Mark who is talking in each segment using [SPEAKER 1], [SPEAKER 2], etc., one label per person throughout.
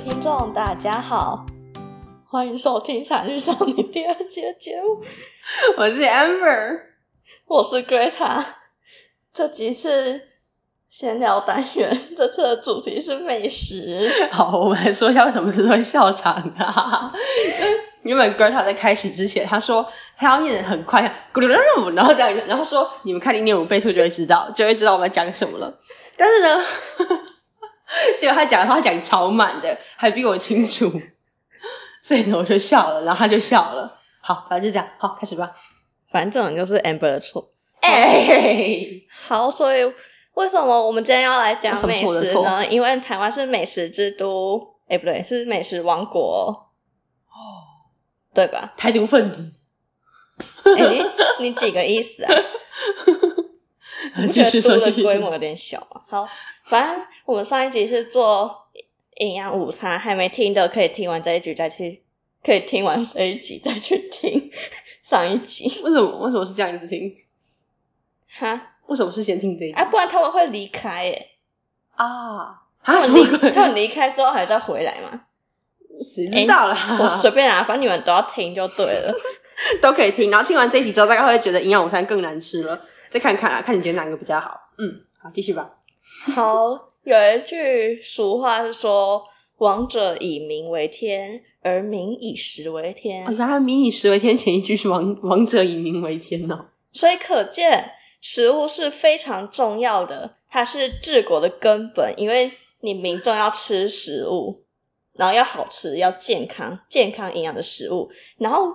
[SPEAKER 1] 听众大家好，欢迎收听《产日少女》第二季的节目，
[SPEAKER 2] 我是 Amber，
[SPEAKER 1] 我是 Greta。这集是闲聊单元，这次的主题是美食。
[SPEAKER 2] 好，我们来说一下为什么是会笑场 啊？原本 Greta 在开始之前，他说他要念得很快，咕噜噜噜，然后这样，然后说你们看零点五倍速就会知道，就会知道我们讲什么了。 但是呢，结果他讲他讲超慢的，还比我清楚，所以呢我就笑了，然后他就笑了。好，反正就这样，好，开始吧。
[SPEAKER 1] 反正这种就是 Amber 的错。
[SPEAKER 2] 哎，
[SPEAKER 1] 好，所以为什么我们今天要来讲
[SPEAKER 2] 为什
[SPEAKER 1] 美
[SPEAKER 2] 么是我的
[SPEAKER 1] 食呢？因为台湾是美食之都，哎，不对，是美食王国，
[SPEAKER 2] 哦，
[SPEAKER 1] 对吧？
[SPEAKER 2] 台独分子，
[SPEAKER 1] 哎，你你几个意思啊？
[SPEAKER 2] 继续说，
[SPEAKER 1] 觉
[SPEAKER 2] 继
[SPEAKER 1] 得
[SPEAKER 2] 续
[SPEAKER 1] 都的规
[SPEAKER 2] 说。
[SPEAKER 1] 模有点小啊。好，反正我们上一集是做营养午餐，还没听的可以听完这一集再去，可以听完这一集再去听上一集。
[SPEAKER 2] 为什么为什么是这样子听？
[SPEAKER 1] 哈
[SPEAKER 2] 为什么是先听这一集
[SPEAKER 1] 啊，不然他们会离开 耶、
[SPEAKER 2] 啊？
[SPEAKER 1] 他
[SPEAKER 2] 啊，什
[SPEAKER 1] 们
[SPEAKER 2] 么
[SPEAKER 1] 离
[SPEAKER 2] 鬼？
[SPEAKER 1] 他们离开之后还再回来嘛？
[SPEAKER 2] 谁知道啦？
[SPEAKER 1] 我随便啦、反正你们都要听就对了。
[SPEAKER 2] 都可以听。然后听完这一集之后，大概会觉得营养午餐更难吃了，再看看啊，看你觉得哪个比较好。嗯，好，继续吧。
[SPEAKER 1] 好，有一句俗话是说“王者以民为天，而民以食为天”
[SPEAKER 2] 哦，原来“民以食为天”前一句是王“ 王者以民为天”哦。
[SPEAKER 1] 所以可见，食物是非常重要的，它是治国的根本，因为你民众要吃食物，然后要好吃，要健康、健康营养的食物，然后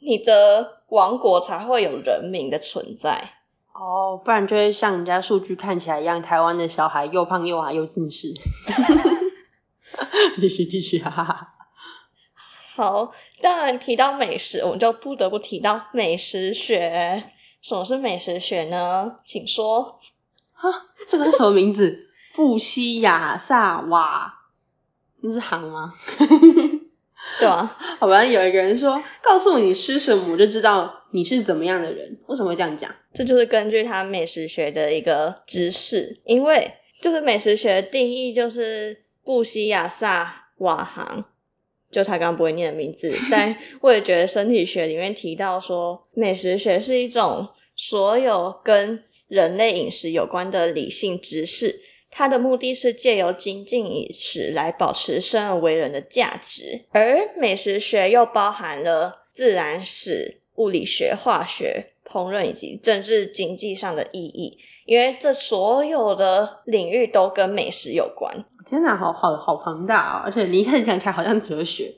[SPEAKER 1] 你的王国才会有人民的存在。
[SPEAKER 2] 哦，不然就会像人家数据看起来一样，台湾的小孩又胖又矮又近视。 继续继续，哈哈哈。
[SPEAKER 1] 好，当然提到美食，我们就不得不提到美食学。什么是美食学呢？请说。
[SPEAKER 2] 这个是什么名字？ 布西亚萨瓦，那是行吗？
[SPEAKER 1] 对啊，
[SPEAKER 2] 好吧，有一个人说，告诉你吃什么，我就知道你是怎么样的人。为什么会这样讲？
[SPEAKER 1] 这就是根据它美食学的一个知识，因为就是美食学的定义就是布西亚萨瓦杭，就他刚刚不会念的名字，在味觉身体学里面提到说，美食学是一种所有跟人类饮食有关的理性知识，它的目的是借由精进饮食来保持生而为人的价值，而美食学又包含了自然史、物理学、化学、烹饪以及政治经济上的意义，因为这所有的领域都跟美食有关，
[SPEAKER 2] 天哪，好好好庞大啊、而且你一看想起来好像哲学，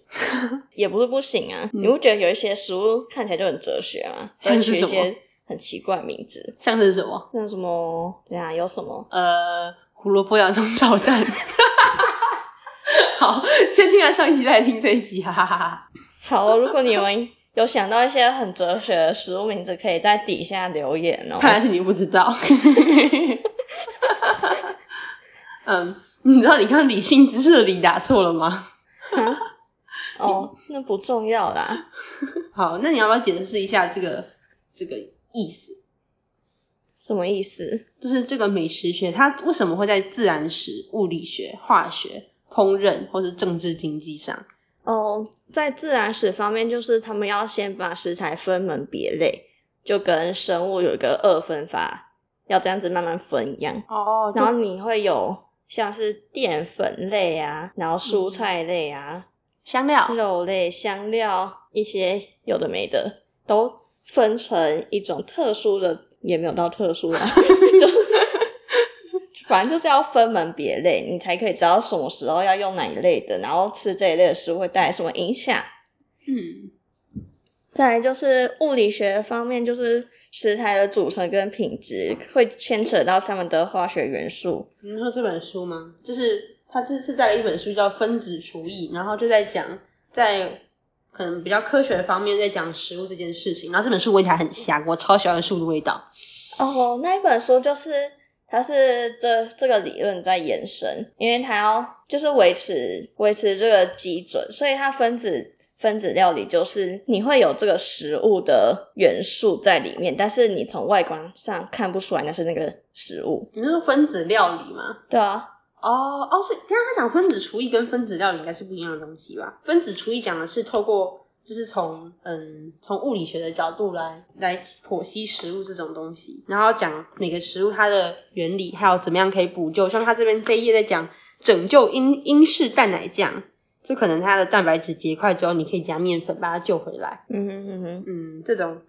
[SPEAKER 1] 也不是不行啊。
[SPEAKER 2] 嗯
[SPEAKER 1] 你不觉得有一些食物看起来就很哲学吗？
[SPEAKER 2] 像是
[SPEAKER 1] 取一
[SPEAKER 2] 什么
[SPEAKER 1] 些很奇怪的名字，
[SPEAKER 2] 像是什么？
[SPEAKER 1] 像什么？对啊，有什么？
[SPEAKER 2] 呃，胡萝卜洋葱炒 蛋。好，先听完上一集再来听这一集，哈哈哈哈。
[SPEAKER 1] 好，哦如果你们有想到一些很哲学的食物名字，可以在底下留言哦。
[SPEAKER 2] 看来是你不知道。 嗯，你知道你刚刚理性知识的理打错了吗？
[SPEAKER 1] 哦，那不重要啦。
[SPEAKER 2] 好，那你要不要解释一下这个这个意思？
[SPEAKER 1] 什么意思？
[SPEAKER 2] 就是这个美食学，它为什么会在自然史、物理学、化学、烹饪或是政治经济上？
[SPEAKER 1] 哦，在自然史方面，就是他们要先把食材分门别类，就跟生物有一个二分法，要这样子慢慢分一样。
[SPEAKER 2] 哦
[SPEAKER 1] 然后你会有像是淀粉类啊，然后蔬菜类啊，
[SPEAKER 2] 香料，
[SPEAKER 1] 肉类、香料一些有的没的，都分成一种特殊的，也没有到特殊 啦，就是 反正就是要分门别类，你才可以知道什么时候要用哪一类的，然后吃这一类的食物会带来什么影响。
[SPEAKER 2] 嗯，
[SPEAKER 1] 再来就是物理学方面，就是食材的组成跟品质会牵扯到它们的化学元素，
[SPEAKER 2] 你说这本书吗？就是他这次带了一本书叫《分子厨艺》，然后就在讲在可能比较科学方面在讲食物这件事情。然后这本书闻起来很香，我超喜欢树的味道。
[SPEAKER 1] 哦，那一本书就是它是这这个理论在延伸，因为它要就是维持维持这个基准，所以它分子分子料理就是你会有这个食物的元素在里面，但是你从外观上看不出来那是那个食物。
[SPEAKER 2] 你是说分子料理吗？
[SPEAKER 1] 对啊，
[SPEAKER 2] 哦哦，所以等一下他讲分子厨艺跟分子料理应该是不一样的东西吧？分子厨艺讲的是透过就是从嗯从物理学的角度来来剖析食物这种东西，然后讲每个食物它的原理，还有怎么样可以补救。像他这边这一页在讲拯救英英式蛋奶酱，就可能它的蛋白质结块之后，你可以加面粉把它救回来。
[SPEAKER 1] 嗯哼嗯哼，
[SPEAKER 2] 嗯，这种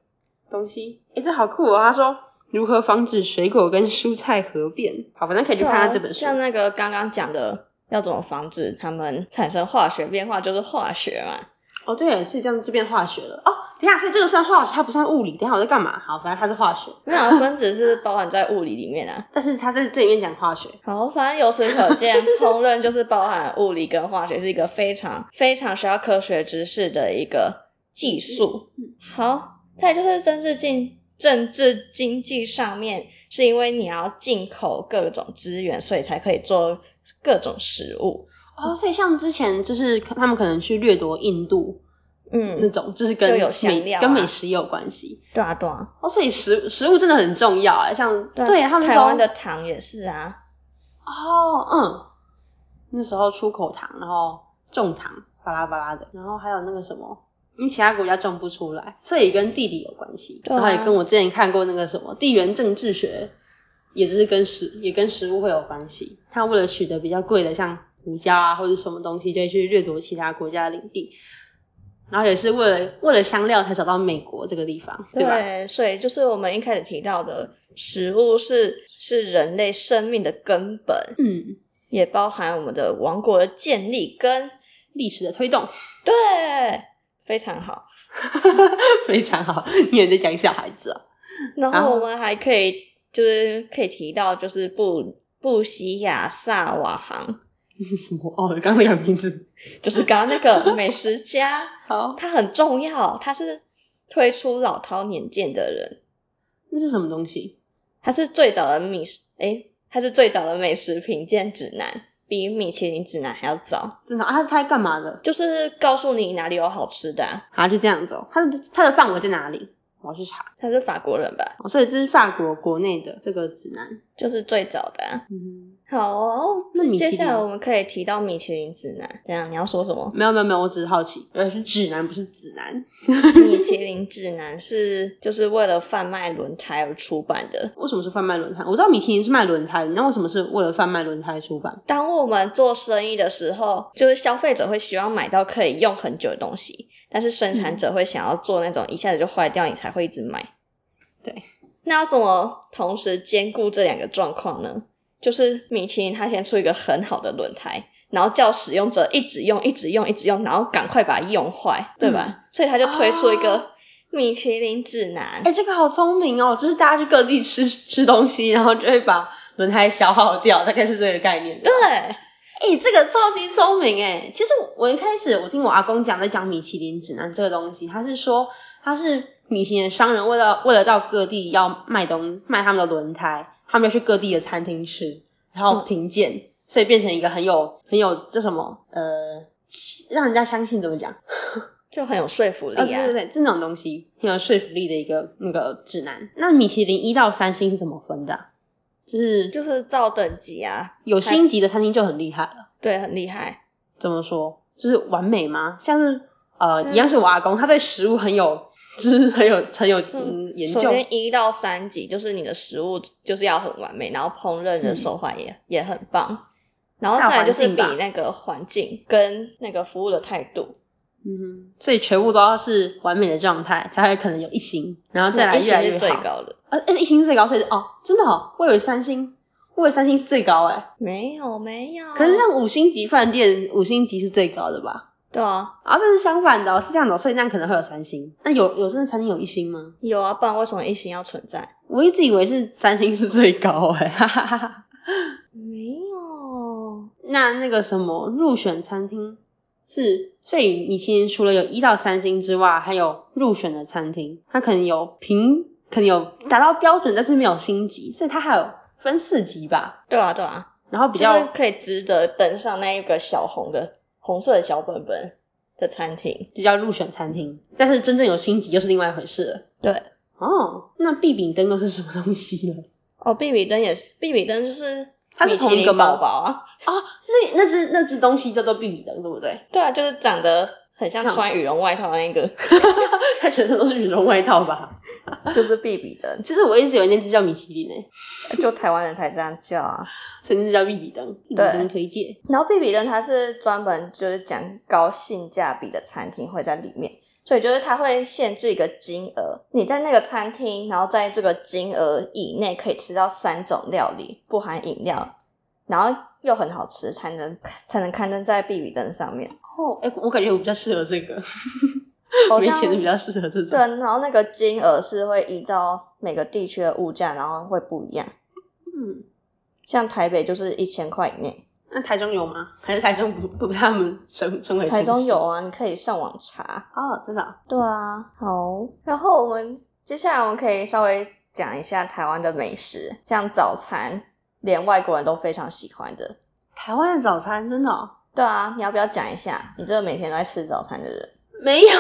[SPEAKER 2] 东西，诶，这好酷哦！他说如何防止水果跟蔬菜合变，好，反正可以去看他这本书。
[SPEAKER 1] 啊像那个刚刚讲的，要怎么防止它们产生化学变化，就是化学嘛。
[SPEAKER 2] 哦，对，所以这样就变化学了。哦，等一下，所以这个算化学，它不算物理。等一下我在干嘛？好，反正它是化学，
[SPEAKER 1] 那分子是包含在物理里面啊。
[SPEAKER 2] 但是它在这里面讲化学。
[SPEAKER 1] 好，反正由此可见，烹饪就是包含物理跟化学，是一个非常非常需要科学知识的一个技术。好，再就是政治经政治经济上面，是因为你要进口各种资源，所以才可以做各种食物。
[SPEAKER 2] 哦，所以像之前就是可他们可能去掠夺印度那
[SPEAKER 1] 嗯，
[SPEAKER 2] 种，就是
[SPEAKER 1] 就
[SPEAKER 2] 跟
[SPEAKER 1] 有香
[SPEAKER 2] 美、
[SPEAKER 1] 料啊
[SPEAKER 2] 跟美食有关系。
[SPEAKER 1] 对啊，对啊，
[SPEAKER 2] 哦，所以食食物真的很重要哎，像
[SPEAKER 1] 对啊
[SPEAKER 2] 啊，他们
[SPEAKER 1] 台
[SPEAKER 2] 那时候
[SPEAKER 1] 湾的糖也是啊。
[SPEAKER 2] 哦，嗯，那时候出口糖，然后种糖，巴拉巴拉的，然后还有那个什么，因为其他国家种不出来，所以也跟地理有关系，
[SPEAKER 1] 对啊
[SPEAKER 2] 然后也跟我之前看过那个什么地缘政治学，也就是跟食也跟食物会有关系。他为了取得比较贵的，像胡椒啊或者什么东西，就会去掠夺其他国家的领地。然后也是为了为了香料才找到美国这个地方，对吧？
[SPEAKER 1] 对，所以就是我们一开始提到的，食物是是人类生命的根本，
[SPEAKER 2] 嗯，
[SPEAKER 1] 也包含我们的王国的建立跟
[SPEAKER 2] 历史的推动
[SPEAKER 1] 对，非常好。
[SPEAKER 2] 非常好。你也在讲小孩子啊？
[SPEAKER 1] 然
[SPEAKER 2] 然后
[SPEAKER 1] 后我们还可以就是可以提到就是布布西亚萨瓦航，
[SPEAKER 2] 这是什么？哦，刚刚有名字。
[SPEAKER 1] 就是刚刚那个美食家，
[SPEAKER 2] 好，
[SPEAKER 1] 他很重要，他是推出老饕年鉴的人，
[SPEAKER 2] 那是什么东西？
[SPEAKER 1] 他是最早的米食，诶，他是最早的美食评鉴指南，比米其林指南还要早。
[SPEAKER 2] 真的啊？它它在干嘛的？
[SPEAKER 1] 就是告诉你哪里有好吃的、啊。
[SPEAKER 2] 啊，就这样子哦。它的它的范围在哪里？我要去查。
[SPEAKER 1] 他是法国人吧？
[SPEAKER 2] 哦，所以这是法国国内的这个指南。
[SPEAKER 1] 就是最早的、啊。
[SPEAKER 2] 嗯，
[SPEAKER 1] 好哦，
[SPEAKER 2] 那米其林
[SPEAKER 1] 接下来我们可以提到米其林指南。怎样？你要说什 么？
[SPEAKER 2] 没有没有没有，我只是好奇，呃，是指南不是指南。
[SPEAKER 1] 米其林指南是就是为了贩卖轮胎而出版的。
[SPEAKER 2] 为什么是贩卖轮胎？我知道米其林是卖轮胎，你知道为什么是为了贩卖轮胎出版？
[SPEAKER 1] 当我们做生意的时候，就是消费者会希望买到可以用很久的东西，但是生
[SPEAKER 2] 嗯
[SPEAKER 1] 产者会想要做那种一下子就坏掉，你才会一直买。
[SPEAKER 2] 对，
[SPEAKER 1] 那要怎么同时兼顾这两个状况呢？就是米其林它先出一个很好的轮胎，然后叫使用者一直用、一直用、一直用，然后赶快把它用坏，对吧？所以它就推出一
[SPEAKER 2] 嗯哦
[SPEAKER 1] 个米其林指南。
[SPEAKER 2] 哎、这个好聪明哦，就是大家去各地吃吃东西，然后就会把轮胎消耗掉，大概是这个概念。
[SPEAKER 1] 对，
[SPEAKER 2] 哎、这个超级聪明哎！其实我一开始我听我阿公讲在讲米其林指南这个东西，他是说他是米其林的商人为了为了到各地要卖东卖他们的轮胎，他们要去各地的餐厅吃，然后
[SPEAKER 1] 嗯
[SPEAKER 2] 评鉴，所以变成一个很有很有这什么呃，让人家相信怎么讲？
[SPEAKER 1] 就很有说服力
[SPEAKER 2] 哦，
[SPEAKER 1] 啊。
[SPEAKER 2] 对对对，这种东西很有说服力的一个那个指南。那米其林一到三星是怎么分的啊、就是
[SPEAKER 1] 就是照等级啊，
[SPEAKER 2] 有星级的餐厅就很厉害了。
[SPEAKER 1] 对，很厉害。
[SPEAKER 2] 怎么说，就是完美吗？像是呃，
[SPEAKER 1] 嗯
[SPEAKER 2] 一样是我阿公，他对食物很有，就是很有很有嗯研
[SPEAKER 1] 首
[SPEAKER 2] 究。
[SPEAKER 1] 先一到三级就是你的食物就是要很完美，然后烹饪
[SPEAKER 2] 嗯
[SPEAKER 1] 的手法也、也很棒，然后再来就是比
[SPEAKER 2] 大环境吧
[SPEAKER 1] 那个环境跟那个服务的态度，
[SPEAKER 2] 嗯哼，所以全部都要是完美的状态，才会可能有一星，然后再来
[SPEAKER 1] 嗯一
[SPEAKER 2] 越
[SPEAKER 1] 星
[SPEAKER 2] 来越
[SPEAKER 1] 是最
[SPEAKER 2] 好。
[SPEAKER 1] 高的。
[SPEAKER 2] 呃，呃一星是最高，所以哦，真的哦，我以为三星，我以为三星是最高哎。
[SPEAKER 1] 没有没有，
[SPEAKER 2] 可是像五星级饭店，五星级是最高的吧？
[SPEAKER 1] 对啊，
[SPEAKER 2] 啊，这是相反的、哦，是这样的哦、所以那样可能会有三星。那有有真的餐厅有一星吗？
[SPEAKER 1] 有啊，不然为什么一星要存在？
[SPEAKER 2] 我一直以为是三星是最高哎，哈哈哈哈。
[SPEAKER 1] 没有，
[SPEAKER 2] 那那个什么入选餐厅是，所以米其林除了有一到三星之外，还有入选的餐厅，它可能有评，可能有达到标准，但是没有星级，所以它还有分四级吧，
[SPEAKER 1] 对啊对啊，
[SPEAKER 2] 然后比
[SPEAKER 1] 比
[SPEAKER 2] 较、
[SPEAKER 1] 可以值得登上那一个小红的红色的小本本的餐厅。
[SPEAKER 2] 就叫入选餐厅，但是真正有星级又是另外一回事了。
[SPEAKER 1] 对，
[SPEAKER 2] 哦，那必饼灯又是什么东西了？
[SPEAKER 1] 哦，避米灯也是，避米灯就是
[SPEAKER 2] 它是
[SPEAKER 1] 米其
[SPEAKER 2] 同一
[SPEAKER 1] 林
[SPEAKER 2] 个
[SPEAKER 1] 宝
[SPEAKER 2] 吗？
[SPEAKER 1] 宝啊，
[SPEAKER 2] 啊，那那只那只东西叫做避比灯，对不对？
[SPEAKER 1] 对啊，就是长得很
[SPEAKER 2] 嗯
[SPEAKER 1] 像穿羽绒外套的那 个，
[SPEAKER 2] 它全身都是羽绒外套吧？
[SPEAKER 1] 就是比比灯，
[SPEAKER 2] 其实我一直以为那只叫米其林诶、
[SPEAKER 1] 就台湾人才这样叫啊。
[SPEAKER 2] 所以那只叫避比灯，避比
[SPEAKER 1] 对
[SPEAKER 2] 灯推荐。
[SPEAKER 1] 然后比比登它是专门就是讲高性价比的餐厅会在里面，所以就是它会限制一个金额，你在那个餐厅，然后在这个金额以内可以吃到三种料理，不含饮料，然后又很好吃，才能才能刊登在比比登上面。
[SPEAKER 2] 哦，哎、我感觉我比较适合这个，
[SPEAKER 1] 好
[SPEAKER 2] 没
[SPEAKER 1] 像
[SPEAKER 2] 钱的比较适合这
[SPEAKER 1] 对，
[SPEAKER 2] 种。
[SPEAKER 1] 然后那个金额是会依照每个地区的物价，然后会不一样。
[SPEAKER 2] 嗯，
[SPEAKER 1] 像台北就是一千块以内，
[SPEAKER 2] 那台中有吗？还是台中不不被他们称称为
[SPEAKER 1] 台中
[SPEAKER 2] 城市
[SPEAKER 1] 有啊，你可以上网查。
[SPEAKER 2] 哦，真的哦、
[SPEAKER 1] 对啊，好。然后我们接下来我们可以稍微讲一下台湾的美食，像早餐，连外国人都非常喜欢的。
[SPEAKER 2] 台湾的早餐真的、哦、
[SPEAKER 1] 对啊，你要不要讲一下？你这个每天都在吃早餐的人，
[SPEAKER 2] 没有。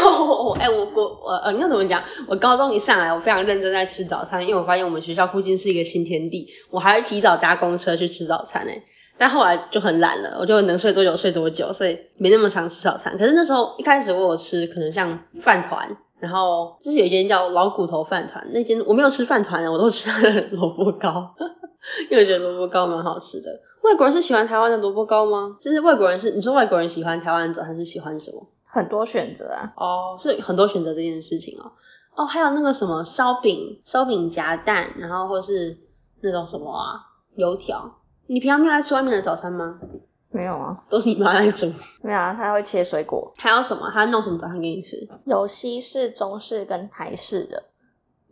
[SPEAKER 2] 哎、我我我呃，应该怎么讲？我高中一上来，我非常认真在吃早餐，因为我发现我们学校附近是一个新天地，我还会提早搭公车去吃早餐哎、但后来就很懒了，我就能睡多久睡多久，所以没那么常吃早餐。可是那时候一开始我有吃，可能像饭团，然后之前有一间叫老骨头饭团，那间我没有吃饭团啊，我都吃它的萝卜糕， 因为我觉得萝卜糕蛮好吃的。外国人是喜欢台湾的萝卜糕吗？就是外国人是你说外国人喜欢台湾的早餐是喜欢什么？
[SPEAKER 1] 很多选择啊。
[SPEAKER 2] 哦，是很多选择这件事情哦。哦，还有那个什么烧饼，烧饼夹蛋，然后或是那种什么啊，油条。你平常没有爱吃外面的早餐吗？
[SPEAKER 1] 没有啊，
[SPEAKER 2] 都是你妈在煮。
[SPEAKER 1] 没有啊，他会切水果，
[SPEAKER 2] 还有什么？还要弄什么早餐给你吃？
[SPEAKER 1] 有西式、中式跟台式的。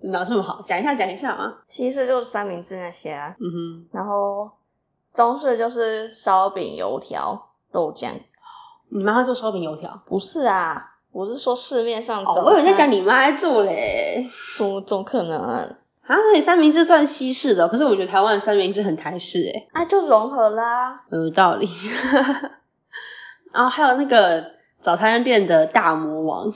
[SPEAKER 2] 哪有这么好？讲一下，讲一下啊。
[SPEAKER 1] 西式就是三明治那些啊，
[SPEAKER 2] 嗯哼，
[SPEAKER 1] 然后中式就是烧饼、油条、肉酱。
[SPEAKER 2] 你妈会做烧饼油条？
[SPEAKER 1] 不是啊，我是说市面上
[SPEAKER 2] 哦
[SPEAKER 1] 早，餐，
[SPEAKER 2] 我有在讲你妈在做嘞。
[SPEAKER 1] 怎么怎么可能？
[SPEAKER 2] 啊，所以三明治算西式的哦，可是我觉得台湾的三明治很台式欸诶。
[SPEAKER 1] 啊，就融合啦。
[SPEAKER 2] 有道理。然后还有那个早餐店的大魔王，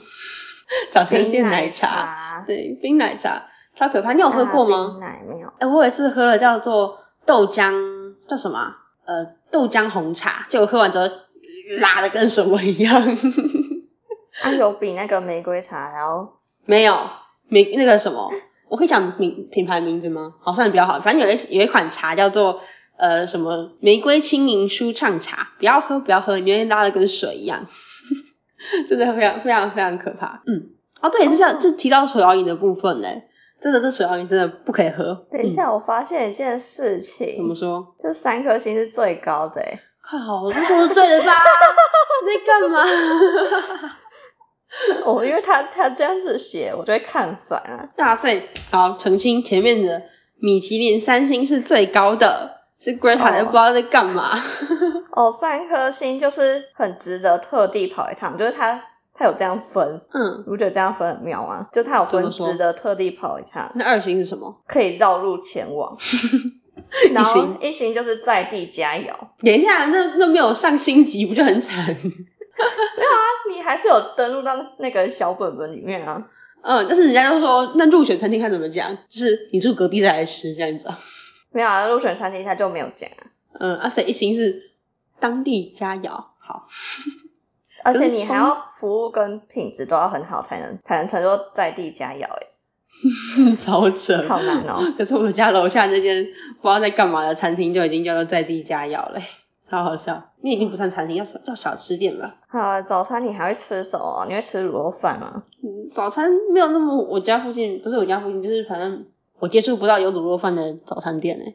[SPEAKER 2] 早餐店奶茶，啊
[SPEAKER 1] 茶，
[SPEAKER 2] 对，冰奶茶超可怕。你有喝过
[SPEAKER 1] 啊
[SPEAKER 2] 吗？
[SPEAKER 1] 冰奶没有，
[SPEAKER 2] 哎、我有一次喝了叫做豆浆，叫什么啊？呃，豆浆红茶，结果喝完之后拉的跟什么一样。
[SPEAKER 1] 啊，有比那个玫瑰茶还要
[SPEAKER 2] 没有，名那个什么，我可以讲名品牌名字吗？好像比较好，反正有一有一款茶叫做呃什么玫瑰轻盈舒畅茶，不要喝不要喝，你会拉的跟水一样， 真的非常非常非常可怕。嗯，哦对，是像就提到手摇饮的部分嘞，真的这手摇饮真的不可以喝。
[SPEAKER 1] 等一
[SPEAKER 2] 嗯、
[SPEAKER 1] 下，我发现一件事情，
[SPEAKER 2] 怎么说？
[SPEAKER 1] 就三颗星是最高的、欸，
[SPEAKER 2] 快好，我都说是对的吧？ 你在干嘛？
[SPEAKER 1] 我、哦因为他他这样子写，我就会看反啊。
[SPEAKER 2] 大岁，好澄清前面的米其林三星是最高的，是 Greta 的
[SPEAKER 1] 哦
[SPEAKER 2] 不知道在干 嘛。
[SPEAKER 1] 哦，三颗星就是很值得特地跑一趟，就是他他有这样分，
[SPEAKER 2] 嗯，
[SPEAKER 1] 你不觉得这样分很妙吗？就他有
[SPEAKER 2] 怎
[SPEAKER 1] 分
[SPEAKER 2] 么说
[SPEAKER 1] 值得特地跑一趟，
[SPEAKER 2] 那二星是什么？
[SPEAKER 1] 可以绕路前 往，然后
[SPEAKER 2] 行
[SPEAKER 1] 一行就是在地佳肴。
[SPEAKER 2] 等一下，那那没有上星级不就很惨？
[SPEAKER 1] 你还是有登录到那个小本本里面啊。
[SPEAKER 2] 嗯，但是人家就说，那入选餐厅看怎么讲，就是你住隔壁再来吃这样子啊。
[SPEAKER 1] 没有啊，入选餐厅他就没有讲啊，
[SPEAKER 2] 嗯，啊，所以一星是当地佳肴，好，
[SPEAKER 1] 而且你还要服务跟品质都要很好，才能才能称作在地佳肴、欸。
[SPEAKER 2] 超扯。
[SPEAKER 1] 好难哦。
[SPEAKER 2] 可是我们家楼下那间不知道在干嘛的餐厅就已经叫做在地佳肴嘞，超好笑。那已经不算餐厅，要小叫小吃店吧。
[SPEAKER 1] 好啊，早餐你还会吃什么？你会吃卤肉饭吗？
[SPEAKER 2] 嗯早餐没有那么，我家附近不是我家附近，就是反正我接触不到有卤肉饭的早餐店哎、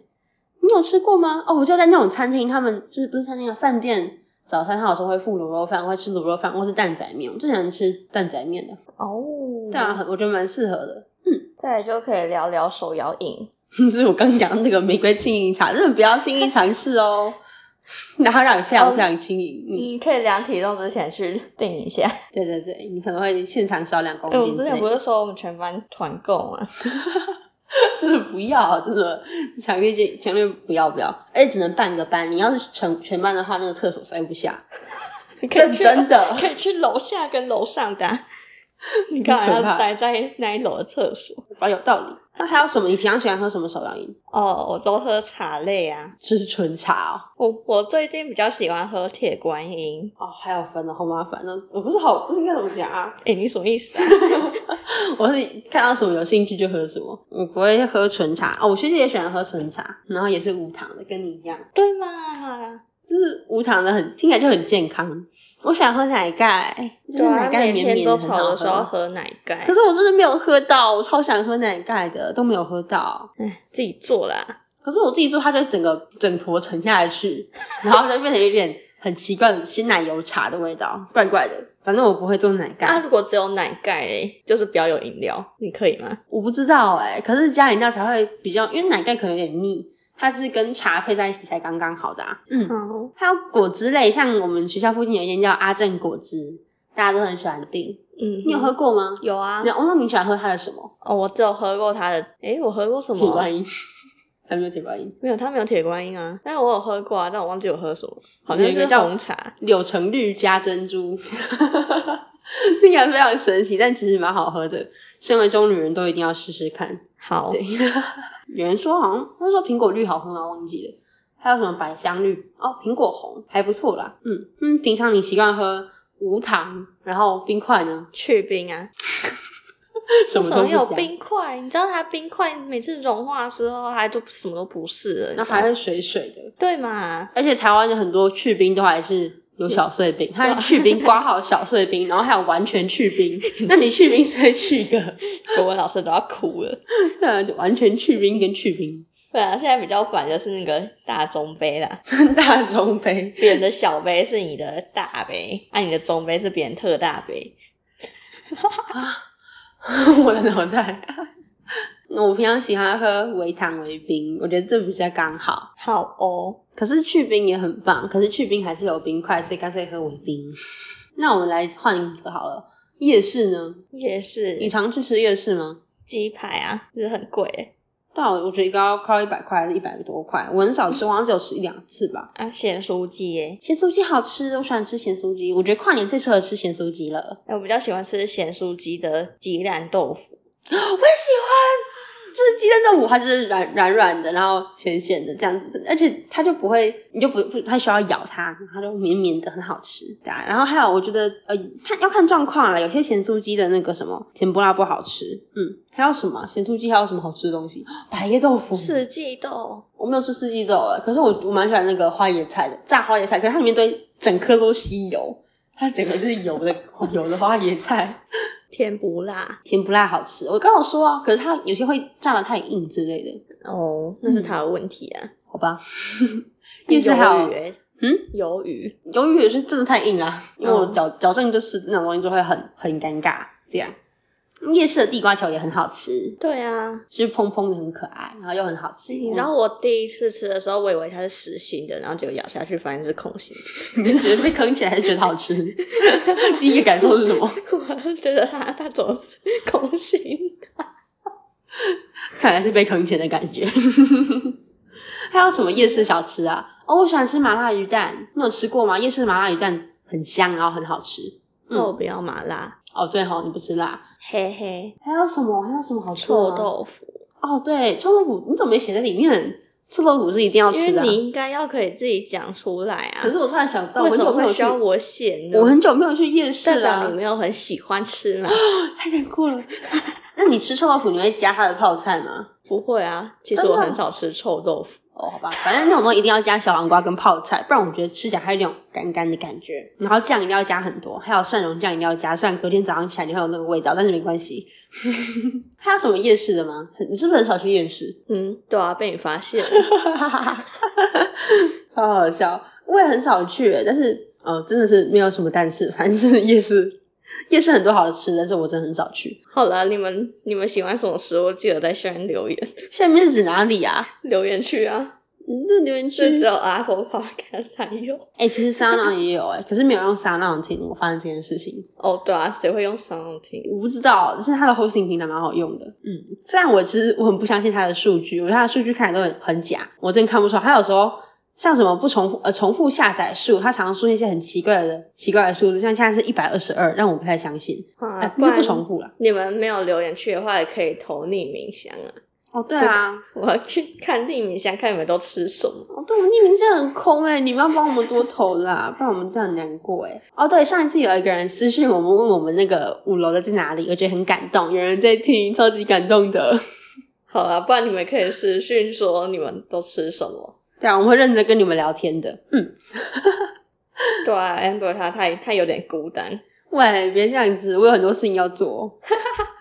[SPEAKER 2] 你有吃过吗？哦，我就在那种餐厅，他们就是不是餐厅啊，饭店早餐，他有时候会附卤肉饭，我会吃卤肉饭或是蛋仔面，我最喜欢吃蛋仔面的，
[SPEAKER 1] 哦，
[SPEAKER 2] 对啊，很我觉得蛮适合的。
[SPEAKER 1] 再来就可以聊聊手摇饮。
[SPEAKER 2] 就是我刚讲的那个玫瑰轻盈茶，真的不要轻易尝试哦， 然后让你非
[SPEAKER 1] 哦
[SPEAKER 2] 常非常轻盈。嗯，
[SPEAKER 1] 你可以量体重之前去定一下。
[SPEAKER 2] 对对对，你可能会现场少两公
[SPEAKER 1] 哎、我们
[SPEAKER 2] 斤之
[SPEAKER 1] 之
[SPEAKER 2] 类的。
[SPEAKER 1] 前不是说我们全班团购 吗？
[SPEAKER 2] 真的不要，真的强烈建强烈不要不要，而且只能半个班。你要是全全班的话，那 个厕所塞不下，
[SPEAKER 1] 可以去
[SPEAKER 2] 真的
[SPEAKER 1] 可以去楼下跟楼上的啊、
[SPEAKER 2] 你
[SPEAKER 1] 干嘛要
[SPEAKER 2] 塞？
[SPEAKER 1] 塞在那一楼的厕所？
[SPEAKER 2] 啊，有道理。那还有什么？你平常喜欢喝什么手摇饮？
[SPEAKER 1] 哦，我都喝茶类啊。
[SPEAKER 2] 是纯茶哦。
[SPEAKER 1] 我我最近比较喜欢喝铁观音。
[SPEAKER 2] 哦，还有分的，好麻烦哦。我不是好，不是应该怎么讲啊？
[SPEAKER 1] 诶，你什么意思啊？
[SPEAKER 2] 我是看到什么有兴趣就喝什么，我不会喝纯茶哦。我学姐也喜欢喝纯茶，然后也是无糖的，跟你一样，
[SPEAKER 1] 对嘛？
[SPEAKER 2] 就是无糖的很听起来就很健康。我喜欢喝奶盖，就是
[SPEAKER 1] 对啊，
[SPEAKER 2] 奶盖
[SPEAKER 1] 每
[SPEAKER 2] 绵
[SPEAKER 1] 天
[SPEAKER 2] 绵的，
[SPEAKER 1] 都
[SPEAKER 2] 很
[SPEAKER 1] 吵
[SPEAKER 2] 好
[SPEAKER 1] 的时候
[SPEAKER 2] 喝。
[SPEAKER 1] 喝奶盖
[SPEAKER 2] 可，是我真的没有喝到，我超想喝奶盖的，都没有喝到。
[SPEAKER 1] 哎，自己做啦。
[SPEAKER 2] 可是我自己做，它就整个整坨沉下 去，然后就变成有点很奇怪的鲜奶油茶的味道，怪怪的。反正我不会做奶盖，
[SPEAKER 1] 啊那如果只有奶盖、诶就是不要有饮料，你可以吗？
[SPEAKER 2] 我不知道哎、可是加饮料才会比较，因为奶盖可能有点腻，它是跟茶配在一起才刚刚好的、啊。嗯，
[SPEAKER 1] 哦，
[SPEAKER 2] 还有果汁类，像我们学校附近有一间叫阿正果汁，大家都很喜欢订。
[SPEAKER 1] 嗯，
[SPEAKER 2] 你有喝？过吗？
[SPEAKER 1] 有啊。
[SPEAKER 2] 那、哦，那你喜欢喝它的什么？
[SPEAKER 1] 哦，我只有喝过它的。诶，我喝过什
[SPEAKER 2] 铁
[SPEAKER 1] 么啊、
[SPEAKER 2] 观音， 还没有铁观音，
[SPEAKER 1] 没有，它没有铁观音啊。但是我有喝过啊，但我忘记我喝什么，好
[SPEAKER 2] 有
[SPEAKER 1] 像
[SPEAKER 2] 一个
[SPEAKER 1] 是
[SPEAKER 2] 叫
[SPEAKER 1] 红茶。
[SPEAKER 2] 柳橙绿加珍珠， 听起来非常神奇，但其实蛮好喝的。身为中女人都一定要试试看。
[SPEAKER 1] 好，
[SPEAKER 2] 对， 有人说好像他说苹果绿好喝吗？忘记了。还有什么百香绿哦，苹果红还不错啦。嗯嗯，平常你习惯喝无糖，然后冰块呢？
[SPEAKER 1] 去冰啊，
[SPEAKER 2] 什
[SPEAKER 1] 为
[SPEAKER 2] 么都
[SPEAKER 1] 什么有
[SPEAKER 2] 不加，
[SPEAKER 1] 冰块？你知道它冰块每次融化的时候，它就什么都不是了，你
[SPEAKER 2] 然
[SPEAKER 1] 知
[SPEAKER 2] 后
[SPEAKER 1] 道
[SPEAKER 2] 还
[SPEAKER 1] 吗
[SPEAKER 2] 会水水的。
[SPEAKER 1] 对嘛？
[SPEAKER 2] 而且台湾的很多去冰都还是有小碎冰，它有去 冰刮好小碎冰，然后还有完全去冰。那你去冰谁去个？
[SPEAKER 1] 国文老师都要哭了。
[SPEAKER 2] 那完全去冰跟去冰
[SPEAKER 1] 对啊，现在比较烦就是那个大中杯啦，
[SPEAKER 2] 大中杯，
[SPEAKER 1] 别人的小杯是你的大杯，啊，你的中杯是别人特大杯。
[SPEAKER 2] 我的脑袋。我平常喜欢喝微糖微冰，我觉得这比较刚好。
[SPEAKER 1] 好哦，
[SPEAKER 2] 可是去冰也很棒，可是去冰还是有冰块，所以干脆喝微冰。那我们来换一个好了，夜市呢？
[SPEAKER 1] 也
[SPEAKER 2] 你
[SPEAKER 1] 是
[SPEAKER 2] 常去吃夜市吗？
[SPEAKER 1] 鸡排啊，就是很贵欸
[SPEAKER 2] 对啊，我觉得一个要快一百块还是一百多块，我很少吃，我好像只有吃一两次吧。
[SPEAKER 1] 啊，咸酥鸡耶。
[SPEAKER 2] 咸酥鸡好吃，我喜欢吃咸酥鸡，我觉得跨年最适合吃咸酥鸡了。
[SPEAKER 1] 哎我比较喜欢吃咸酥鸡的鸡蛋豆腐，
[SPEAKER 2] 我也喜欢，就是鸡蛋豆腐，它就是软软软的，然后咸咸的这样子，而且它就不会，你就不不太需要咬它，它就绵绵的，很好吃。对啊，然后还有我觉得呃，看要看状况啦，有些咸酥鸡的那个什么甜不辣不好吃，嗯，还有什么咸酥鸡还有什么好吃的东西？百叶豆腐，
[SPEAKER 1] 四季豆，
[SPEAKER 2] 我没有吃四季豆哎，可是我我蛮喜欢那个花椰菜的，炸花椰菜，可是它里面堆整颗都吸油，它整个就是油的油的花椰菜。
[SPEAKER 1] 甜不辣。
[SPEAKER 2] 甜不辣好吃。我刚有说啊，可是它有些会炸的太硬之类的，
[SPEAKER 1] 哦，那是他的问题啊。
[SPEAKER 2] 好吧。 夜市还
[SPEAKER 1] 鱿鱼
[SPEAKER 2] 有
[SPEAKER 1] 欸，
[SPEAKER 2] 嗯，
[SPEAKER 1] 鱿鱼
[SPEAKER 2] 鱿鱼也是真的太硬啦，因为我
[SPEAKER 1] 嗯
[SPEAKER 2] 矫矫正就是那种东西就会很很尴尬这样。夜市的地瓜球也很好吃，
[SPEAKER 1] 对啊，
[SPEAKER 2] 就是蓬蓬的很可爱，然后又很好吃。
[SPEAKER 1] 你知道我第一次吃的时候，我以为它是实心的，然后结果咬下去发现是空心的。
[SPEAKER 2] 你是觉得被坑起来还是觉得好吃？第一个感受是什么？
[SPEAKER 1] 我觉得它它总是空心。
[SPEAKER 2] 看来是被坑钱的感觉。 还有什么夜市小吃啊？哦，我喜欢吃麻辣鱼蛋，你有吃过吗？夜市麻辣鱼蛋很香，然后很好吃。
[SPEAKER 1] 那我不要麻辣，
[SPEAKER 2] 哦，对吼，你不吃辣。
[SPEAKER 1] 嗯嘿嘿，
[SPEAKER 2] 还有什么？还有什么好吃
[SPEAKER 1] 臭
[SPEAKER 2] 的？。
[SPEAKER 1] 豆腐，
[SPEAKER 2] 哦，对，臭豆腐，你怎么没写在里面？臭豆腐是一定要
[SPEAKER 1] 因
[SPEAKER 2] 吃的、
[SPEAKER 1] 为
[SPEAKER 2] 啊。
[SPEAKER 1] 你应该要可以自己讲出来啊。
[SPEAKER 2] 可是我突然想到，
[SPEAKER 1] 为
[SPEAKER 2] 我
[SPEAKER 1] 什
[SPEAKER 2] 很
[SPEAKER 1] 么
[SPEAKER 2] 久
[SPEAKER 1] 会
[SPEAKER 2] 没有
[SPEAKER 1] 需
[SPEAKER 2] 去，
[SPEAKER 1] 要我写呢？
[SPEAKER 2] 我很久没有去夜市
[SPEAKER 1] 代
[SPEAKER 2] 了、
[SPEAKER 1] 表你没有很喜欢吃嘛？
[SPEAKER 2] 太难过了。 那你吃臭豆腐，你会加它的泡菜吗？
[SPEAKER 1] 不会啊，其实
[SPEAKER 2] 真的
[SPEAKER 1] 我很少吃臭豆腐。
[SPEAKER 2] 哦，好吧，反正那种东西一定要加小黄瓜跟泡菜，不然我觉得吃起来还有一种干干的感觉。然后酱一定要加很多，还有蒜蓉酱一定要加，虽然隔天早上起来你会有那个味道，但是没关系。 还有什么夜市的吗？你是不是很少去夜市？
[SPEAKER 1] 嗯，对啊，被你发现了。
[SPEAKER 2] 超好笑。我也很少去欸，但是呃，真的是没有什么但是，反正就是夜市，夜市很多好吃的，但是我真的很少去。
[SPEAKER 1] 好啦，你们你们喜欢什么食物，记得在下面留言
[SPEAKER 2] 下面是指哪里啊？
[SPEAKER 1] 留言区啊。
[SPEAKER 2] 嗯那留言区
[SPEAKER 1] 这只有 Apple Podcast 才有。
[SPEAKER 2] 哎、其实沙朗也有哎、可是没有用沙朗听，我发现这件事情，
[SPEAKER 1] 哦，对啊，谁会用 Sound 听？
[SPEAKER 2] 我不知道，但是它的 hosting 平台蛮好用的。嗯，虽然我其实我很不相信它的数据，我觉得它的数据看起来都很很假，我真的看不出来。它有时候像什么不重复呃重复下载数，它常常出现一些很奇怪的奇怪的数字，像现在是一百二十二，让我不太相信。哎、
[SPEAKER 1] 啊，
[SPEAKER 2] 不是不重复了。
[SPEAKER 1] 你们没有留言区的话，也可以投匿名箱啊。
[SPEAKER 2] 哦，对啊，
[SPEAKER 1] 我要去看匿名箱，看你们都吃什么。
[SPEAKER 2] 哦，对，我们匿名真的很空哎、你们要帮我们多投啦，不然我们真的很难过哎、哦，对，上一次有一个人私信我们，问我们那个五楼的在哪里，我觉得很感动，有人在听，超级感动的。
[SPEAKER 1] 好啊，不然你们可以私讯说你们都吃什么。
[SPEAKER 2] 对啊，我们会认真跟你们聊天的。嗯，
[SPEAKER 1] 对啊，Amber 她太她有点孤单。
[SPEAKER 2] 喂，别这样子，我有很多事情要做。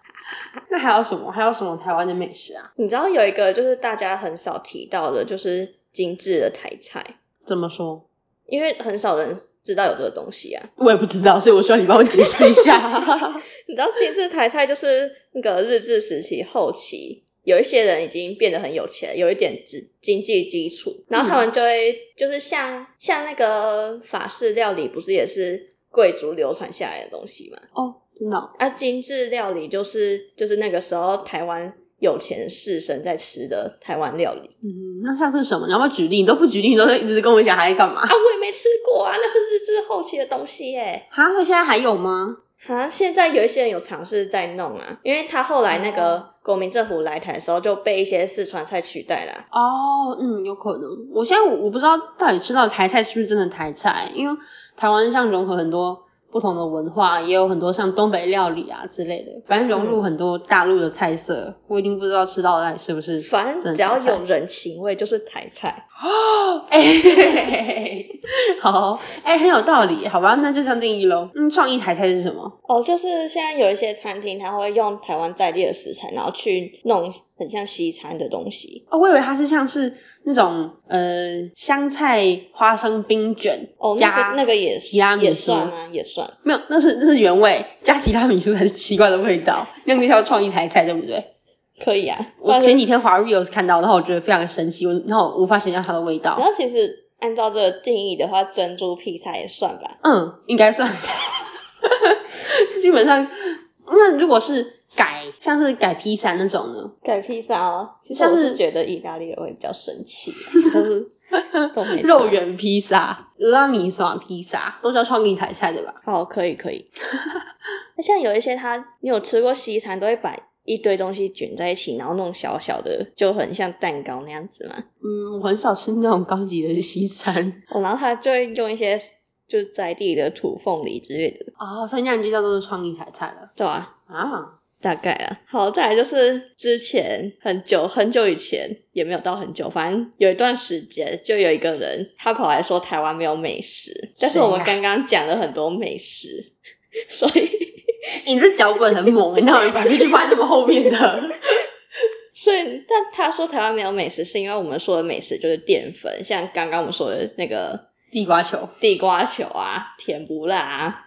[SPEAKER 2] 那还有什么？还有什么台湾的美食啊？
[SPEAKER 1] 你知道有一个就是大家很少提到的，就是精致的台菜，
[SPEAKER 2] 怎么说？
[SPEAKER 1] 因为很少人知道有这个东西啊。
[SPEAKER 2] 我也不知道，所以我需要你帮我解释一下。
[SPEAKER 1] 你知道精致台菜就是那个日治时期后期，有一些人已经变得很有钱，有一点经经济基础，然后他们就会、就是像像那个法式料理，不是也是贵族流传下来的东西嘛？
[SPEAKER 2] 哦，真的哦、
[SPEAKER 1] 啊，精致料理就是就是那个时候台湾有钱士绅在吃的台湾料理
[SPEAKER 2] 嗯，那像是什么？你要不要举例？你都不举例，你都在一直跟我讲还在干嘛
[SPEAKER 1] 啊，？我也没吃过啊，那是日治后期的东西耶。
[SPEAKER 2] 哈，所以现在还有吗？
[SPEAKER 1] 啊，现在有一些人有尝试在弄啊，因为他后来那
[SPEAKER 2] 哦
[SPEAKER 1] 个国民政府来台的时候就被一些四川菜取代啊啦、
[SPEAKER 2] 哦，嗯，有可能。我现在我我不知道到底吃到的台菜是不是真的台菜，因为台湾像融合很多不同的文化，也有很多像东北料理啊之类的，反正融
[SPEAKER 1] 嗯
[SPEAKER 2] 入很多大陆的菜色。我已经不知道吃到底是不是
[SPEAKER 1] 反正只要
[SPEAKER 2] 真的台菜
[SPEAKER 1] 有人情味就是台菜。
[SPEAKER 2] 哎、 好，哎、很有道理，好吧，那就这样定义喽。嗯，创意台菜是什么？
[SPEAKER 1] 哦，就是现在有一些餐厅，他会用台湾在地的食材，然后去弄很像西餐的东西。
[SPEAKER 2] 哦，我以为它是像是那种呃香菜花生冰卷，
[SPEAKER 1] 哦，那
[SPEAKER 2] 加
[SPEAKER 1] 个那个也
[SPEAKER 2] 提拉米苏
[SPEAKER 1] 也算啊，也算。
[SPEAKER 2] 没有，那是那是原味，加提拉米苏才是奇怪的味道，那个叫创意台菜，对不对？
[SPEAKER 1] 可以啊，
[SPEAKER 2] 我
[SPEAKER 1] 不然
[SPEAKER 2] 前几天华瑞有看到，然后我觉得非常神奇，我然后我无法想象它的味
[SPEAKER 1] 然
[SPEAKER 2] 道。
[SPEAKER 1] 后其实按照这个定义的话，珍珠披萨也算吧。
[SPEAKER 2] 嗯，应该算。 基本上，那如果是改像是改披萨那种呢？
[SPEAKER 1] 改披萨哦，其实
[SPEAKER 2] 像
[SPEAKER 1] 我
[SPEAKER 2] 是
[SPEAKER 1] 是觉得意大利人会比较生气啊， 但是都没差
[SPEAKER 2] 肉。圆披萨、俄拉米索披萨都叫创意台菜对吧？
[SPEAKER 1] 好，哦可以可以。 那像有一些他，你有吃过西餐，都会把一堆东西卷在一起，然后弄小小的，就很像蛋糕那样子嘛。
[SPEAKER 2] 嗯，我很少吃那种高级的西餐
[SPEAKER 1] 哦，然后他就会用一些就是在地的土凤梨之类的，
[SPEAKER 2] 哦，所以那样就叫做创意台菜了
[SPEAKER 1] 对啊，
[SPEAKER 2] 啊。
[SPEAKER 1] 大概啊，好，再来就是之前很久很久以前，也没有到很久，反正有一段时间，就有一个人他跑来说台湾没有美食，但是我们
[SPEAKER 2] 谁啊
[SPEAKER 1] 刚刚讲了很多美食， 所以
[SPEAKER 2] 你这脚本很猛，那我把 这句放在你们后面的。
[SPEAKER 1] 所以但他说台湾没有美食，是因为我们说的美食就是淀粉，像刚刚我们说的那个
[SPEAKER 2] 地瓜球
[SPEAKER 1] 地瓜球啊、甜不辣啊，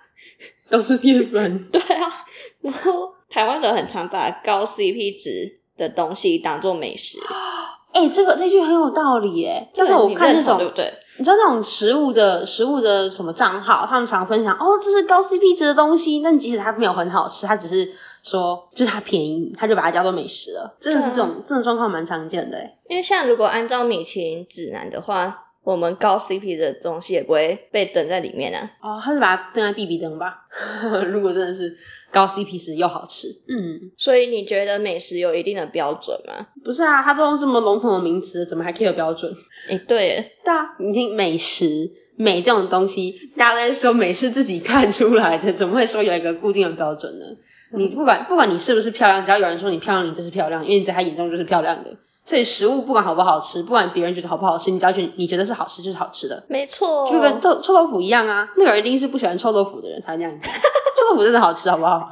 [SPEAKER 2] 都是淀粉，
[SPEAKER 1] 对啊，然后台湾人很常把高 CP 值的东西当做美食，
[SPEAKER 2] 哎、这个这句很有道理耶。但是
[SPEAKER 1] 对
[SPEAKER 2] 我
[SPEAKER 1] 你
[SPEAKER 2] 看
[SPEAKER 1] 认
[SPEAKER 2] 那
[SPEAKER 1] 同对不
[SPEAKER 2] 种，
[SPEAKER 1] 对？
[SPEAKER 2] 你知道那种食物的食物的什么账号，他们常分享哦，这是高 CP 值的东西，但即使它没有很好吃，它只是说就是它便宜，他就把它叫做美食了。真的是这种、这种状况蛮常见的耶。
[SPEAKER 1] 因为像如果按照米其林指南的话，我们高 CP 的东西也不会被等在里面啊。
[SPEAKER 2] 哦，他是把它登在 B B 灯吧？ 如果真的是高 CP 值又好吃，嗯，
[SPEAKER 1] 所以你觉得美食有一定的标准吗？
[SPEAKER 2] 不是啊，他都用这么笼统的名词，怎么还可以有标准？
[SPEAKER 1] 诶，对耶，
[SPEAKER 2] 对啊，你听美食美这种东西，大家都在说美是自己看出来的，怎么会说有一个固定的标准呢？
[SPEAKER 1] 嗯
[SPEAKER 2] 你不管不管你是不是漂亮，只要有人说你漂亮，你就是漂亮，因为你在他眼中就是漂亮的。所以食物不管好不好吃，不管别人觉得好不好吃，你只要觉得你觉得是好吃就是好吃的，
[SPEAKER 1] 没错。
[SPEAKER 2] 就跟臭臭豆腐一样啊。那个人一定是不喜欢臭豆腐的人才那 样讲，臭豆腐真的好吃，好不好？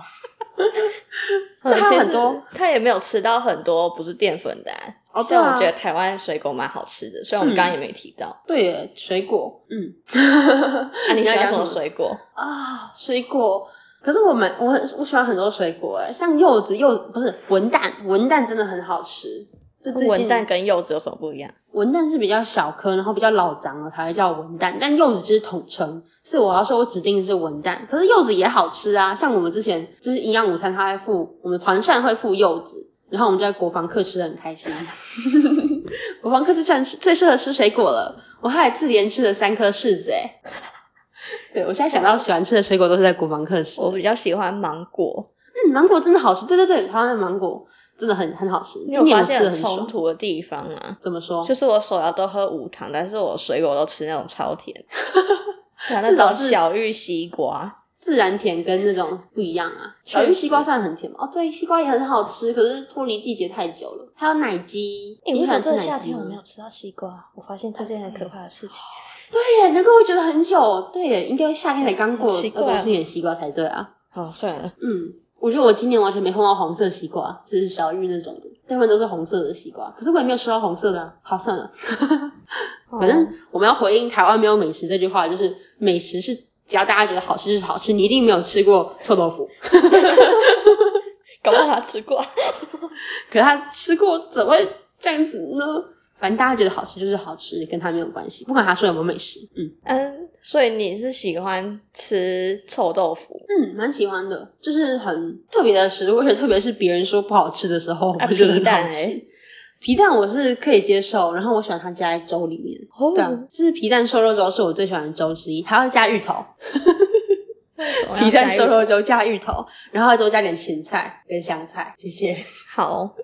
[SPEAKER 1] 嗯
[SPEAKER 2] 就它
[SPEAKER 1] 其实
[SPEAKER 2] 很多
[SPEAKER 1] 他也没有吃到很多不是淀粉的、啊。嗯
[SPEAKER 2] 哦
[SPEAKER 1] 虽然我
[SPEAKER 2] 对
[SPEAKER 1] 觉
[SPEAKER 2] 啊
[SPEAKER 1] 得台湾水果蛮好吃的，虽然我们刚刚也没提到。
[SPEAKER 2] 对耶，水果，嗯，
[SPEAKER 1] 啊， 你喜
[SPEAKER 2] 要
[SPEAKER 1] 欢
[SPEAKER 2] 讲
[SPEAKER 1] 什么
[SPEAKER 2] 什么
[SPEAKER 1] 水果？
[SPEAKER 2] 啊、水果。可是我们我很我喜欢很多水果哎，像柚子柚不是文旦，文旦真的很好吃。就最近
[SPEAKER 1] 文旦跟柚子有什么不一样？
[SPEAKER 2] 文旦是比较小颗，然后比较老长了才会叫文旦，但柚子就是统称，是我要说我指定是文旦。可是柚子也好吃啊，像我们之前就是营养午餐，它会附我们团膳会附柚子，然后 我们就在国防课吃的很开心。国防课最擅最适合吃水果了，我还次连吃了三颗柿子哎。对，我现在想到喜欢吃的水果都是在国防课吃。
[SPEAKER 1] 我比较喜欢芒果，
[SPEAKER 2] 嗯，芒果真的好吃，对对对，台湾的芒果真的很很好吃。
[SPEAKER 1] 你
[SPEAKER 2] 今
[SPEAKER 1] 有
[SPEAKER 2] 年
[SPEAKER 1] 发
[SPEAKER 2] 我吃
[SPEAKER 1] 现
[SPEAKER 2] 的
[SPEAKER 1] 很
[SPEAKER 2] 很
[SPEAKER 1] 冲
[SPEAKER 2] 爽。
[SPEAKER 1] 突的地方啊？
[SPEAKER 2] 怎么说？
[SPEAKER 1] 就是我手摇都喝无糖，但是我水果都吃那种超甜， 像那
[SPEAKER 2] 至少
[SPEAKER 1] 种
[SPEAKER 2] 是
[SPEAKER 1] 小玉西瓜，
[SPEAKER 2] 自然甜跟那种不一样啊。
[SPEAKER 1] 确
[SPEAKER 2] 小
[SPEAKER 1] 实
[SPEAKER 2] 玉西瓜算很甜吗？哦，对，西瓜也很好吃，可是脱离季节太久了。还有奶鸡，
[SPEAKER 1] 诶
[SPEAKER 2] 你
[SPEAKER 1] 我
[SPEAKER 2] 喜欢
[SPEAKER 1] 想
[SPEAKER 2] 吃
[SPEAKER 1] 这
[SPEAKER 2] 奶
[SPEAKER 1] 个夏
[SPEAKER 2] 鸡
[SPEAKER 1] 天我
[SPEAKER 2] 吗
[SPEAKER 1] 没有吃到西瓜，我发现这件很可怕的事情。
[SPEAKER 2] 对耶，难怪会觉得很久。对耶，应该夏天才刚过，
[SPEAKER 1] 好奇
[SPEAKER 2] 要
[SPEAKER 1] 怪哦
[SPEAKER 2] 多吃点西瓜才对啊。
[SPEAKER 1] 好，哦算了，
[SPEAKER 2] 嗯，我觉得我今年完全没碰到红色西瓜，就是小玉那种的，大部分都是红色的西瓜。可是我也没有吃到红色的啊。好，算了，
[SPEAKER 1] 啊
[SPEAKER 2] 反正我们要回应台湾没有美食这句话，就是美食是只要大家觉得好吃就是好吃，你一定没有吃过臭豆腐。
[SPEAKER 1] 搞不好他吃过。
[SPEAKER 2] 可他吃过怎么会这样子呢？反正大家觉得好吃就是好吃，跟他没有关系，不管他说有没有美食。嗯
[SPEAKER 1] 嗯，所以你是喜欢吃臭豆腐？
[SPEAKER 2] 嗯，蛮喜欢的，就是很特别的食物，而且特别是别人说不好吃的时候，
[SPEAKER 1] 啊
[SPEAKER 2] 我觉得很
[SPEAKER 1] 皮蛋
[SPEAKER 2] 好吃
[SPEAKER 1] 欸
[SPEAKER 2] 皮蛋我是可以接受，然后我喜欢它加在粥里面。
[SPEAKER 1] 哦
[SPEAKER 2] 对啊，就是皮蛋瘦肉粥是我最喜欢的粥之一，还要加芋头，
[SPEAKER 1] 哦
[SPEAKER 2] 皮蛋瘦肉粥加芋头，然后多加点芹菜跟香菜，谢谢。
[SPEAKER 1] 好，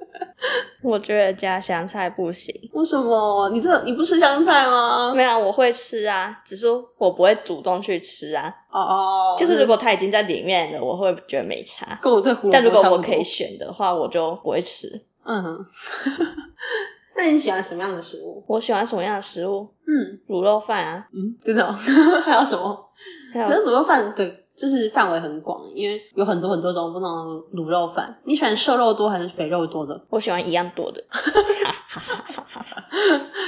[SPEAKER 1] 我觉得加香菜不行。
[SPEAKER 2] 为什么？你这你不吃香菜吗？
[SPEAKER 1] 没有啊，我会吃啊，只是我不会主动去吃啊。
[SPEAKER 2] 哦哦，
[SPEAKER 1] 就是如果它已经在里面了，我会觉得没差。
[SPEAKER 2] 跟我对胡萝卜
[SPEAKER 1] 但如果
[SPEAKER 2] 差不
[SPEAKER 1] 我
[SPEAKER 2] 多
[SPEAKER 1] 可以选的话，我就不会吃。
[SPEAKER 2] 嗯， 那你喜欢什么样的食物？
[SPEAKER 1] 我喜欢什么样的食物？
[SPEAKER 2] 嗯
[SPEAKER 1] 卤肉饭啊，
[SPEAKER 2] 嗯，真的、哦， 还有什么？
[SPEAKER 1] 还
[SPEAKER 2] 可是
[SPEAKER 1] 有
[SPEAKER 2] 卤肉饭的就是范围很广，因为有很多很多种不同的卤肉饭。你喜欢瘦肉多还是肥肉多的？
[SPEAKER 1] 我喜欢一样多的。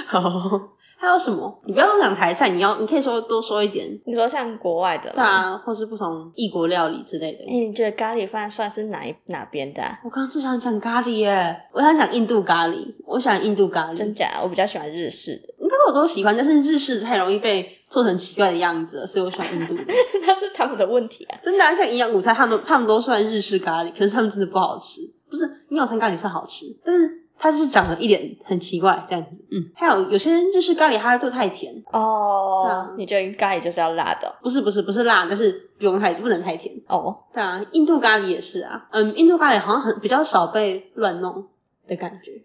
[SPEAKER 2] 好，还有什么？你不要讲台菜，你要你可以说多说一点，
[SPEAKER 1] 你说像国外的
[SPEAKER 2] 对
[SPEAKER 1] 吗？
[SPEAKER 2] 啊，或是不同异国料理之类的
[SPEAKER 1] 哎、。你觉得咖喱饭算是哪一哪边的、啊？
[SPEAKER 2] 我刚刚最想讲咖喱耶，我想讲印度咖喱，我喜欢印度咖喱，
[SPEAKER 1] 真假？我比较喜欢日式的，
[SPEAKER 2] 应该我都喜欢，但是日式太容易被做成奇怪的样子了，所以我喜欢印度的。
[SPEAKER 1] 那是他们的问题啊。
[SPEAKER 2] 真的、啊，像营养午餐，他们都他们都算日式咖喱，可是他们真的不好吃。不是营养午餐咖喱算好吃，但是它就是长得一脸很奇怪这样子。嗯，还有有些日式咖喱它会做太甜，
[SPEAKER 1] 哦、
[SPEAKER 2] 对啊
[SPEAKER 1] 你觉得咖喱就是要辣的
[SPEAKER 2] 不是不是不是辣，但是不用太不能太甜。
[SPEAKER 1] 哦哦？
[SPEAKER 2] 对啊，印度咖喱也是啊，嗯，印度咖喱好像很比较少被乱弄的感觉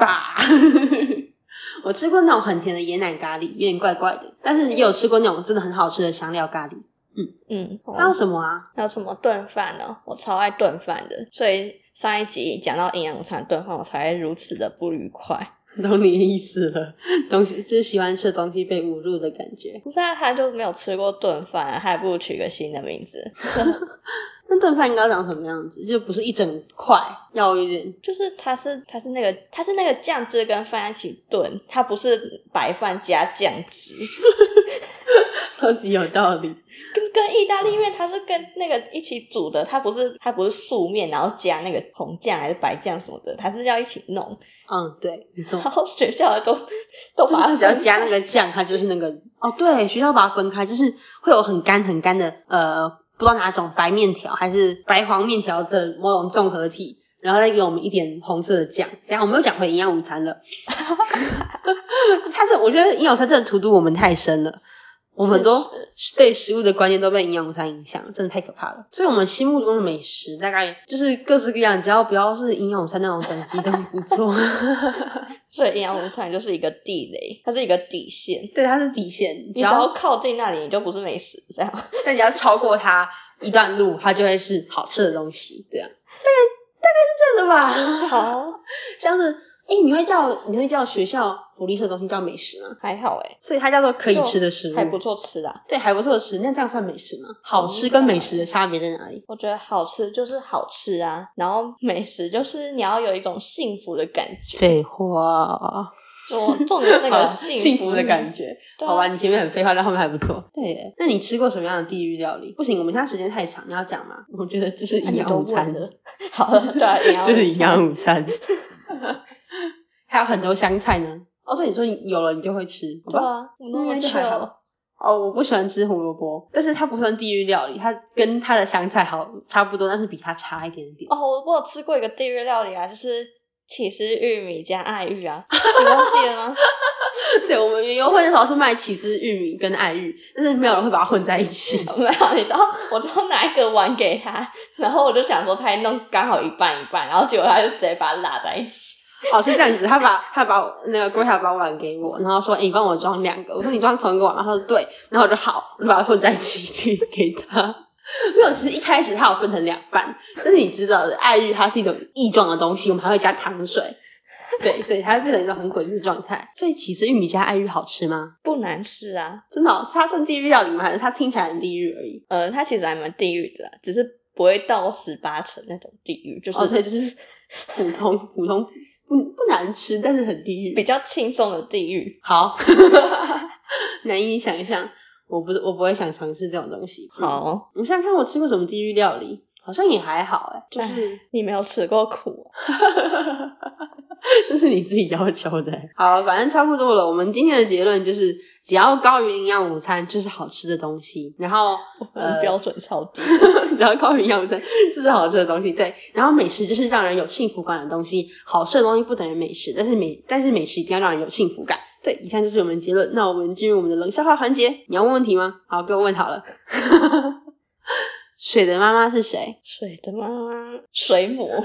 [SPEAKER 2] 吧。 我吃过那种很甜的椰奶咖喱，有点怪怪的，但是也有吃过那种真的很好吃的香料咖喱。
[SPEAKER 1] 嗯，哦
[SPEAKER 2] 还有什么啊？
[SPEAKER 1] 还有什么炖饭呢？我超爱炖饭的，所以上一集讲到营养午餐炖饭，我才如此的不愉快。
[SPEAKER 2] 懂你的意思了，东西就是喜欢吃的东西被侮辱的感觉。
[SPEAKER 1] 不是啊，他就没有吃过炖饭啊，他还不如取个新的名字，
[SPEAKER 2] 那炖饭应该长什么样子？就不是一整块，要有一点
[SPEAKER 1] 就是他是他是那个他是那个酱汁跟饭一起炖，他不是白饭加酱汁，
[SPEAKER 2] 超级有道理。
[SPEAKER 1] 跟跟意大利面它是跟那个一起煮的，它不是它不是素面，然后加那个红酱还是白酱什么的，它是要一起弄。
[SPEAKER 2] 嗯，对，没错
[SPEAKER 1] 然，后学校的都都
[SPEAKER 2] 就
[SPEAKER 1] 把它
[SPEAKER 2] 是只要
[SPEAKER 1] 分
[SPEAKER 2] 加那个酱，它就是那个哦，对，学校把它分开，就是会有很干很干的呃，不知道哪种白面条还是白黄面条的某种综合体。然后再给我们一点红色的酱，然后我们又讲回营养午餐了。 它这我觉得营养午餐真的荼毒我们太深了，我们都
[SPEAKER 1] 确
[SPEAKER 2] 对食物的观念都被营养午餐影响，真的太可怕了。所以，我们心目中的美食大概就是各式各样，只要不要是营养午餐那种等级都不错。
[SPEAKER 1] 所以营养午餐就是一个地雷，它是一个底线。
[SPEAKER 2] 对，它是底线，只
[SPEAKER 1] 你只要
[SPEAKER 2] 要
[SPEAKER 1] 靠近那里，你就不是美食这样。
[SPEAKER 2] 但你要超过它一段路，它就会是好吃的东西。这样，大概大概是这样的吧。
[SPEAKER 1] 好，
[SPEAKER 2] 像是哎、你会叫你会叫学校福利社的东西叫美食吗？
[SPEAKER 1] 还好哎、
[SPEAKER 2] 所以它叫做可以
[SPEAKER 1] 就
[SPEAKER 2] 吃的食物，
[SPEAKER 1] 还不错吃啊。
[SPEAKER 2] 对，还不错的吃。那这样算美食吗？好吃跟美食的差别在哪里？
[SPEAKER 1] 我觉得好吃就是好吃啊，然后美食就是你要有一种幸福的感觉，
[SPEAKER 2] 废话，
[SPEAKER 1] 重重点是那 个
[SPEAKER 2] 啊幸
[SPEAKER 1] 幸
[SPEAKER 2] 福的感觉。
[SPEAKER 1] 对啊
[SPEAKER 2] 好吧，你前面很废话，但后面还不错。对耶，那你吃过什么样的地狱料理？不行，我们现在时间太长，你要讲吗？我觉得这是
[SPEAKER 1] 啊
[SPEAKER 2] 营
[SPEAKER 1] 你
[SPEAKER 2] 养
[SPEAKER 1] 都
[SPEAKER 2] 午餐
[SPEAKER 1] 问了。好了，对、啊，营养
[SPEAKER 2] 就是
[SPEAKER 1] 午
[SPEAKER 2] 营
[SPEAKER 1] 餐
[SPEAKER 2] 养午餐，还有很多香菜呢。哦，对，你说你有了你就会吃，好
[SPEAKER 1] 对
[SPEAKER 2] 吧？
[SPEAKER 1] 啊，我那么
[SPEAKER 2] 应该就还
[SPEAKER 1] 久
[SPEAKER 2] 好，哦，我不喜欢吃胡萝卜，但是它不算地狱料理，它跟它的香菜好差不多，但是比它差一点点。
[SPEAKER 1] 哦，我我有吃过一个地狱料理啊，就是起司玉米加爱玉啊，你忘记了吗？
[SPEAKER 2] 对，我们优惠的时候是卖起司玉米跟爱玉，但是没有人会把它混在一起。
[SPEAKER 1] 没有，你知道，我就拿一个碗给他，然后我就想说他还弄刚好一半一半，然后结果他就直接把它拉在一起。
[SPEAKER 2] 哦，是这样子，他把他把我那个 Greta 把碗给我，然后说：“诶你帮我装两个。”我说：“你装同一个碗吗？”他说：“对。”然后我就好，我就把它混在一起去给他。没有，其实一开始它有分成两半，但是你知道的，爱玉它是一种异状的东西，我们还会加糖水，对，所以它会变成一种很诡异的状态。所以其实玉米加爱玉好吃吗？
[SPEAKER 1] 不难吃啊，
[SPEAKER 2] 真的哦、是它算地狱料理吗？还是它听起来很地狱而已？
[SPEAKER 1] 呃，它其实还蛮地狱的啦，只是不会到十八层那种地狱，就
[SPEAKER 2] 哦，所以
[SPEAKER 1] 是
[SPEAKER 2] 就是普通普通不不难吃，但是很地狱。
[SPEAKER 1] 比较轻松的地狱。
[SPEAKER 2] 好，难以想象，我不我不会想尝试这种东西。嗯，
[SPEAKER 1] 好，
[SPEAKER 2] 我想想看我吃过什么地狱料理，好像也还好哎、就是
[SPEAKER 1] 你没有吃过苦、啊，
[SPEAKER 2] 这是你自己要求的欸、好，反正差不多了。我们今天的结论就是，只要高于营养午餐就是好吃的东西，然后
[SPEAKER 1] 我
[SPEAKER 2] 呃
[SPEAKER 1] 们标准超低。
[SPEAKER 2] 只要高于营养午餐就是好吃的东西。对，然后美食就是让人有幸福感的东西，好吃的东西不等于美食，但是美但是美食一定要让人有幸福感。对，以上就是我们的结论。那我们进入我们的冷笑话环节，你要问问题吗？好，给我问好了。 水的妈妈是谁？
[SPEAKER 1] 水的妈妈，水母，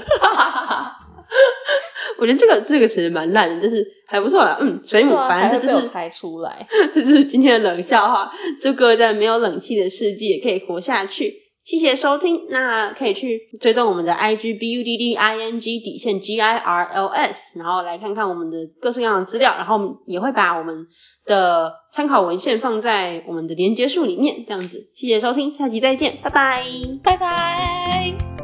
[SPEAKER 2] 我觉得这个这个其实蛮烂的，但是还不错啦。嗯，水母，
[SPEAKER 1] 对啊，
[SPEAKER 2] 反
[SPEAKER 1] 还
[SPEAKER 2] 正
[SPEAKER 1] 会
[SPEAKER 2] 这
[SPEAKER 1] 被
[SPEAKER 2] 就
[SPEAKER 1] 我
[SPEAKER 2] 是
[SPEAKER 1] 猜出来。
[SPEAKER 2] 这就是今天的冷笑话。祝各位在没有冷气的世界也可以活下去。谢谢收听，那可以去追踪我们的 IG B U D D I N G 底线 G I R L S，然后来看看我们的各式各样的资料，然后我们也会把我们的参考文献放在我们的连接数里面，这样子。谢谢收听，下期再见，拜拜。
[SPEAKER 1] 拜拜。